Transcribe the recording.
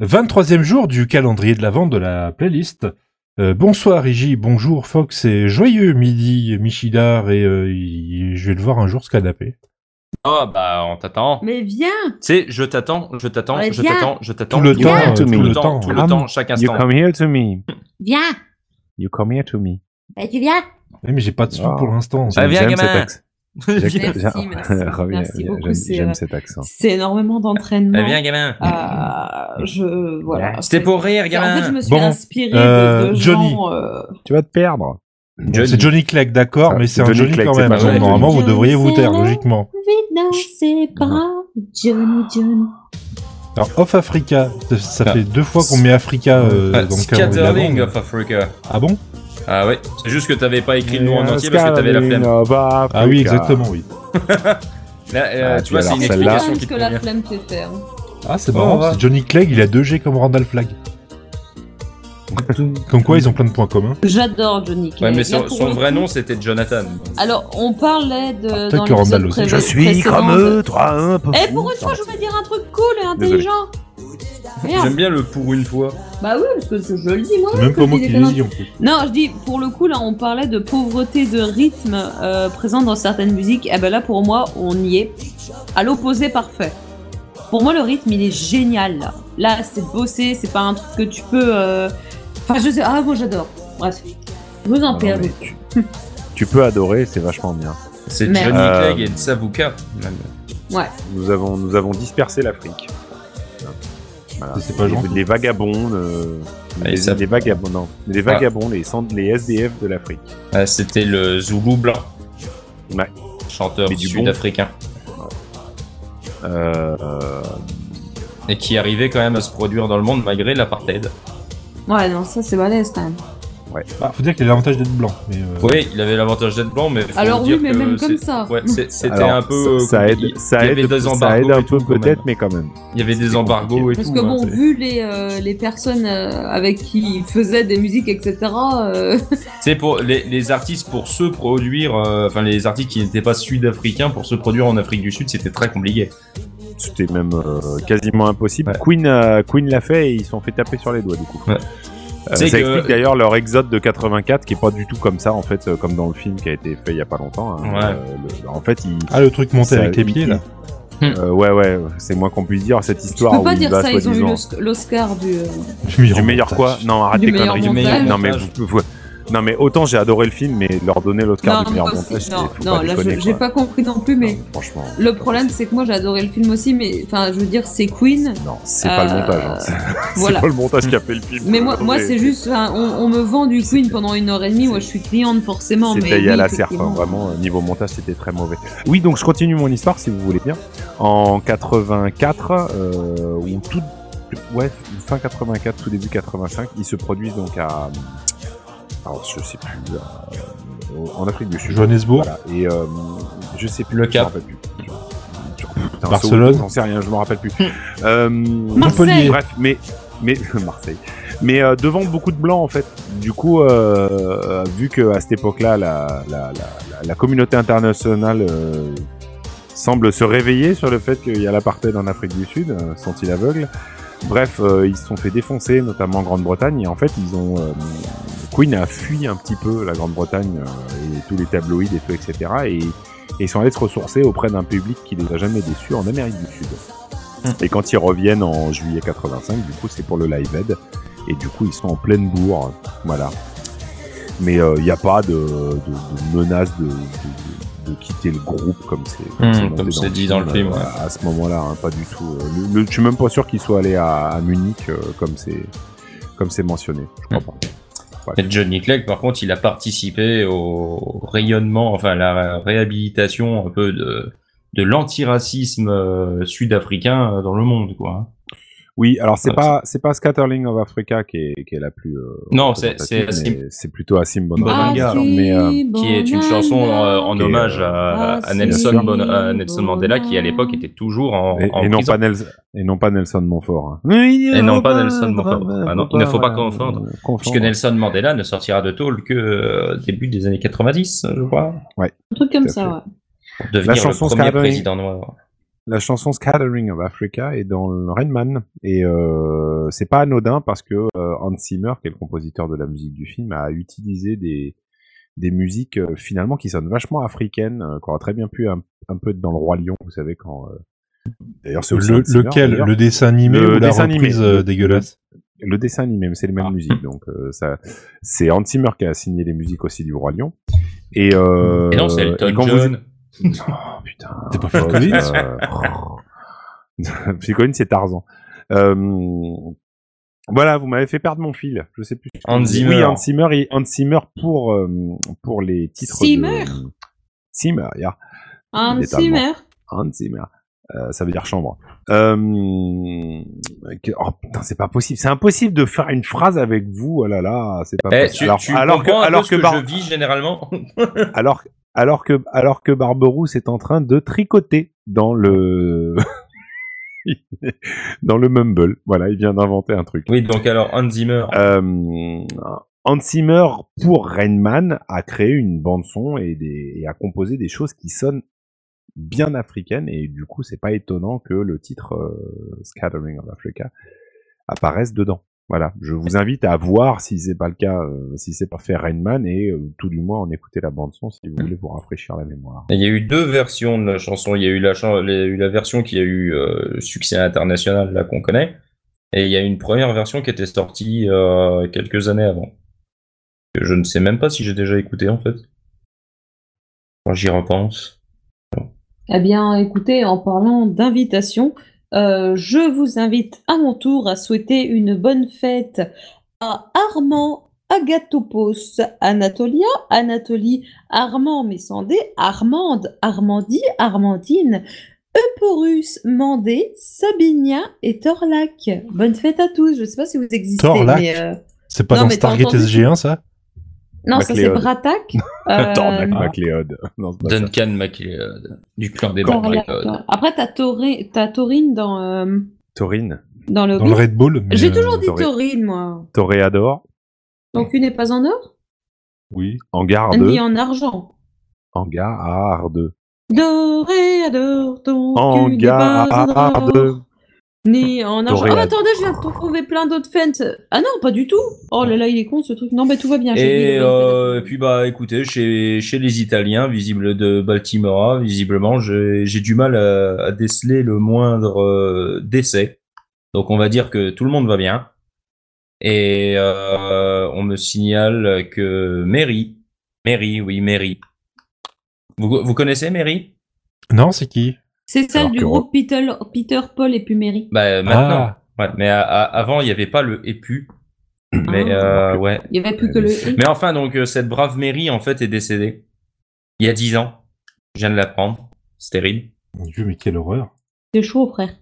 23e jour du calendrier de l'avant de la playlist. Euh, bonsoir Iji, bonjour Fox et joyeux midi Michidar et euh, y- je vais le voir un jour ce canapé. Ah bah on t'attend. Tu Mais viens sais, je t'attends, je t'attends, Ouais, je viens. t'attends, je t'attends. Tout le tout temps, le temps, euh, tout le temps, temps. tout le Ah, temps, chaque You instant. come here to me. Viens You come here to me. Bah, Tu viens Eh, mais j'ai pas de sous Wow. pour l'instant. Ah, viens, J'aime gamin. cet accent. Eh Merci, J'aime- merci. Reviens, Merci j'aime- beaucoup, c'est, J'aime euh, cet accent. C'est énormément d'entraînement. Bah, Viens Eh gamin. Euh, je voilà. C'était pour rire Ah, C'est- En fait, je gamin. me suis Bon, inspirée euh, de, de Johnny. gens, euh, Tu vas te perdre. Bon, C'est Johnny Clegg, d'accord, Ah, mais c'est un Johnny Johnny Clegg, quand c'est même. pas Alors, Johnny. normalement, vous Johnny devriez vous taire, Clegg. logiquement. vite dans ses bras, Johnny, Johnny. Alors, Off Africa, ça, ça Ah. fait deux fois qu'on met Africa euh, Ah, dans le calendrier de Scatterling euh, l'Avent. of Africa. Ah bon Ah ouais, c'est juste que t'avais pas écrit le nom en euh, entier parce que t'avais la flemme. Ah oui, exactement, oui. Là, euh, Ah, tu puis vois, c'est alors, une celle-là. explication Parce qui te que la convient. flemme fait hein. faire. Ah, c'est marrant, ouais. c'est Johnny Clegg, il a 2G comme Randall Flagg. Comme quoi, ils ont plein de points communs. J'adore Johnny Clegg. Ouais, mais Là, son, pour Ah, son le vrai coup- nom c'était Jonathan. Alors, on parlait de. Ah, peut-être dans que l'épisode Randall aussi. pré- Je Je suis précédent comme de- eux, toi, un peu. Eh, fou. pour une fois, Ah, je vais dire un truc cool et Désolé. intelligent. J'aime Merde. bien le pour une fois. Bah oui, parce que je, je le dis moi. C'est même que pas je moi dis qui des l'ai dit en plus. Non, je dis, pour le coup, là, on parlait de pauvreté de rythme euh, présente dans certaines musiques. Eh ben là, pour moi, on y est à l'opposé parfait. Pour moi, le rythme, il est génial. Là, Là, c'est bossé, c'est pas un truc que tu peux. euh, Enfin, je sais. Ah, moi, j'adore. Bref. Je vous en Ah, Non, prie. à mais vous. tu- Tu peux adorer, c'est vachement bien. C'est Merde. Johnny Euh, Clegg et Savuka. Nous avons, nous avons dispersé l'Afrique. Voilà. C'est pas les, gentil. les vagabondes, euh, Ah, Et les, ça- les vagabonds, non, les vagabonds, les, cend- les SDF de l'Afrique. Ah, c'était le Zoulou blanc. Ouais. Chanteur Mais du bon. sud-africain. Euh, euh, Et qui arrivait quand même à se produire dans le monde malgré l'apartheid. Ouais, non, ça, c'est balèze quand même. Bah, faut dire qu'il a l'avantage d'être blanc. Mais, euh, Oui, il avait l'avantage d'être blanc, mais. faut Alors dire oui, mais que même c'est- comme ça. Ouais, c'est- c'était alors, un peu. ça, ça euh, aide, ça il y aide, avait des ça embargos. aide un et tout, peu quand même. peut-être, mais quand même. Il y avait des C'était embargos et compliqué. Parce tout. que hein, bon, c'est- vu les, euh, les personnes euh, avec qui il faisait des musiques, etc., euh, C'est pour les, les artistes pour se produire, euh, enfin les artistes qui n'étaient pas sud-africains pour se produire en Afrique du Sud, c'était très compliqué. C'était même euh, quasiment impossible. Ouais. Queen, euh, Queen l'a fait et ils se sont fait taper sur les doigts du coup. Ouais. Euh, C'est ça que- explique d'ailleurs leur exode de 84 qui est pas du tout comme ça en fait, euh, comme dans le film qui a été fait il y a pas longtemps. hein. Ouais. Euh, le- en fait, ils, Ah, le truc monté Ça- avec les pieds, là. Euh, ouais, ouais, c'est moins qu'on puisse dire cette tu histoire. peux pas où dire il va, ça, ils ont eu soi-disant, l'os- l'Oscar du. euh, Du meilleur quoi Non, arrêtez Du meilleur conneries. montage. Non, mais montage. vous- vous- Non mais autant j'ai adoré le film, mais leur donner l'Oscar du moi meilleur aussi, montage, non, c'est- faut non, pas là, déconner, je- j'ai quoi. pas compris non plus, mais Non, franchement. Le problème, c'est que moi j'ai adoré le film aussi, mais enfin, je veux dire, c'est Queen. Non, c'est pas le Euh, montage. hein. C'est- voilà. C'est pas le montage qui a fait le film. Mais moi, J'ai moi adoré. c'est juste, enfin, on, on me vend du Queen pendant une heure et demie. Moi, je suis cliente forcément. mais C'était oui, à la serpe, hein, effectivement. vraiment, euh, niveau montage, c'était très mauvais. Oui, donc je continue mon histoire si vous voulez bien. En 84, euh, ou tout. Ouais, fin 84, tout début 85, ils se produisent donc à. Alors, je sais plus. à- en Afrique du Sud. Johannesburg. Voilà, et euh, je sais plus. Le je m'en Cap. rappelle plus. Je- je- putain, Barcelone. saut, J'en sais rien, je me rappelle plus. Euh, Marseille. Bref, mais. Mais Marseille, mais euh, devant beaucoup de blancs en fait. Du coup, euh, euh, vu que à cette époque-là, la, la, la, la- la communauté internationale euh, semble se réveiller sur le fait qu'il y a l'apartheid en Afrique du Sud, euh, sont-ils aveugles Bref, euh, ils se sont fait défoncer, notamment en Grande-Bretagne, et en fait, ils ont euh, Queen a fui un petit peu la Grande-Bretagne euh, et tous les tabloïds et tout, etc. Et, et ils sont allés se ressourcer auprès d'un public qui les a jamais déçus en Amérique du Sud. Hmm. Et quand ils reviennent en juillet 85, du coup, c'est pour le Live Aid. Et du coup, ils sont en pleine bourre. Voilà. Mais euh, il n'y a pas de, de- de menace de, de- de quitter le groupe comme c'est comme Hmm, c'est monté comme c'est dit dans le film, euh, ouais. À, ce moment-là, hein, pas du tout. euh, le- le- je suis même pas sûr qu'ils soient allés à, à Munich euh, comme c'est comme c'est mentionné. Je crois Hmm. pas. Et Johnny Clegg, par contre, il a participé au rayonnement, enfin la réhabilitation un peu de, de l'antiracisme euh, sud-africain dans le monde, quoi. hein. Oui, alors c'est Ouais, pas c'est pas Scatterling of Africa qui est, qui est la plus euh, Non, c'est c'est représentative, Sim- mais c'est plutôt Asim Bonanga. Bonanga, alors, mais euh, qui est une chanson euh, en Qui est, hommage Ah, à, à si, Nelson, Bon- à Bonanga. Nelson Mandela, qui à l'époque était toujours en, et, en et non prison. pas Nelson et non pas Nelson Montfort. hein. Et non pas Nelson Montfort. Ah non, il ne faut pas confondre, Puisque Nelson Mandela ne sortira de tôle que euh, début des années 90, je crois, Un truc comme Tout à ça, ouais. pour devenir le chanson premier Scatterling. président noir. La chanson Scattering of Africa est dans le Rain Man et euh, c'est pas anodin parce que euh, Hans Zimmer, qui est le compositeur de la musique du film, a utilisé des des musiques euh, finalement qui sonnent vachement africaines, euh, qu'on aurait très bien pu un, un peu être dans le roi lion, vous savez quand. euh, D'ailleurs, c'est aussi Le- Hans Zimmer, lequel d'ailleurs. Le dessin animé Le ou la dessin animé. reprise euh, dégueulasse le dessin animé, mais c'est les mêmes Ah. musiques. Donc euh, ça, c'est Hans Zimmer qui a signé les musiques aussi du Roi Lion. Et, euh, Et non, c'est Elton et quand vous- John. Oh, putain. C'est pas Phil Phil Collins euh, Phil Collins, oh. c'est Tarzan. Euh, voilà, vous m'avez fait perdre mon fil. Je sais plus. ce que Hans je disais. Zimmer. Oui, Hans Zimmer, il- Hans Zimmer pour euh, pour les titres. de- Zimmer Zimmer, yeah. Hans Il est allemand. Zimmer. Hans Zimmer. Euh, ça veut dire chambre. Euh, que- oh putain, c'est pas possible. C'est impossible de faire une phrase avec vous. Oh là là, c'est pas Eh, possible. tu, alors, tu alors que, comprends un peu alors ce que, que, Bar- je vis généralement alors, alors que, alors que Barberousse est en train de tricoter dans le, dans le mumble. Voilà, il vient d'inventer un truc. Oui, donc alors Hans Zimmer. Euh, Hans Zimmer pour Rain Man a créé une bande son et, des, et a composé des choses qui sonnent bien africaines et du coup c'est pas étonnant que le titre euh, Scattering of Africa apparaisse dedans. Voilà, je vous invite à voir si c'est pas le cas, euh, si c'est pas fait Rain Man et euh, tout du moins en écouter la bande son si vous voulez vous rafraîchir la mémoire. Il y a eu deux versions de la chanson. Il y a eu la, chan- il y a eu la version qui a eu euh, succès international, là qu'on connaît. Et il y a une première version qui était sortie euh, quelques années avant. Que je ne sais même pas si j'ai déjà écouté en fait. Quand j'y repense. Eh bien, écoutez, en parlant d'invitation, euh, je vous invite à mon tour à souhaiter une bonne fête à Armand Agatopos, Anatolia, Anatolie, Armand Messandé, Armande, Armandie, Armandine, Euporus, Mandé, Sabinia et Torlac. Bonne fête à tous. Je ne sais pas si vous existez, Torlac mais... euh, C'est pas Non, dans mais t'as Stargate entendu SG1, ça Non, ça c'est Macleod. Bratac. Tornac Euh, MacLeod. Non, c'est pas ça. Duncan MacLeod, euh, du clan des Torlac. MacLeod. Après, t'as Toré- t'as Taurine dans... euh, Taurine, Dans le Dans le Red Bull mais, J'ai euh, toujours dit Doré. taurine, moi. Toréador, Donc une n'est pas en or, Oui. Hangar ni 2, en argent. Hangar 2, Doré, adore, donc une n'est pas en Hangar or, 2. ni en argent. Doré, Oh, mais adore. attendez, je viens de trouver plein d'autres fentes. Ah non, pas du tout. Oh là là, il est con ce truc. Non, mais tout va bien. Ah, j'ai oublié Et, de euh, et bonnes fêtes. puis bah écoutez, chez, chez les Italiens, visible de Baltimore, visiblement, j'ai j'ai du mal à, à déceler le moindre euh, décès. Donc on va dire que tout le monde va bien. Et euh, on me signale que Mary, Mary, oui Mary. Vous, vous connaissez Mary Non, c'est qui C'est celle alors du que- groupe Peter, Peter, Paul et Puméry. Bah maintenant. Ah, Ouais, mais à- à- avant il n'y avait pas le épu. Mais Ah. euh, ouais. Il n'y avait plus que le. Mais enfin, donc, euh, cette brave Mary, en fait, est décédée. Il y a 10 ans. Je viens de l'apprendre. C'est terrible. mon dieu, mais quelle horreur. C'est chaud, frère.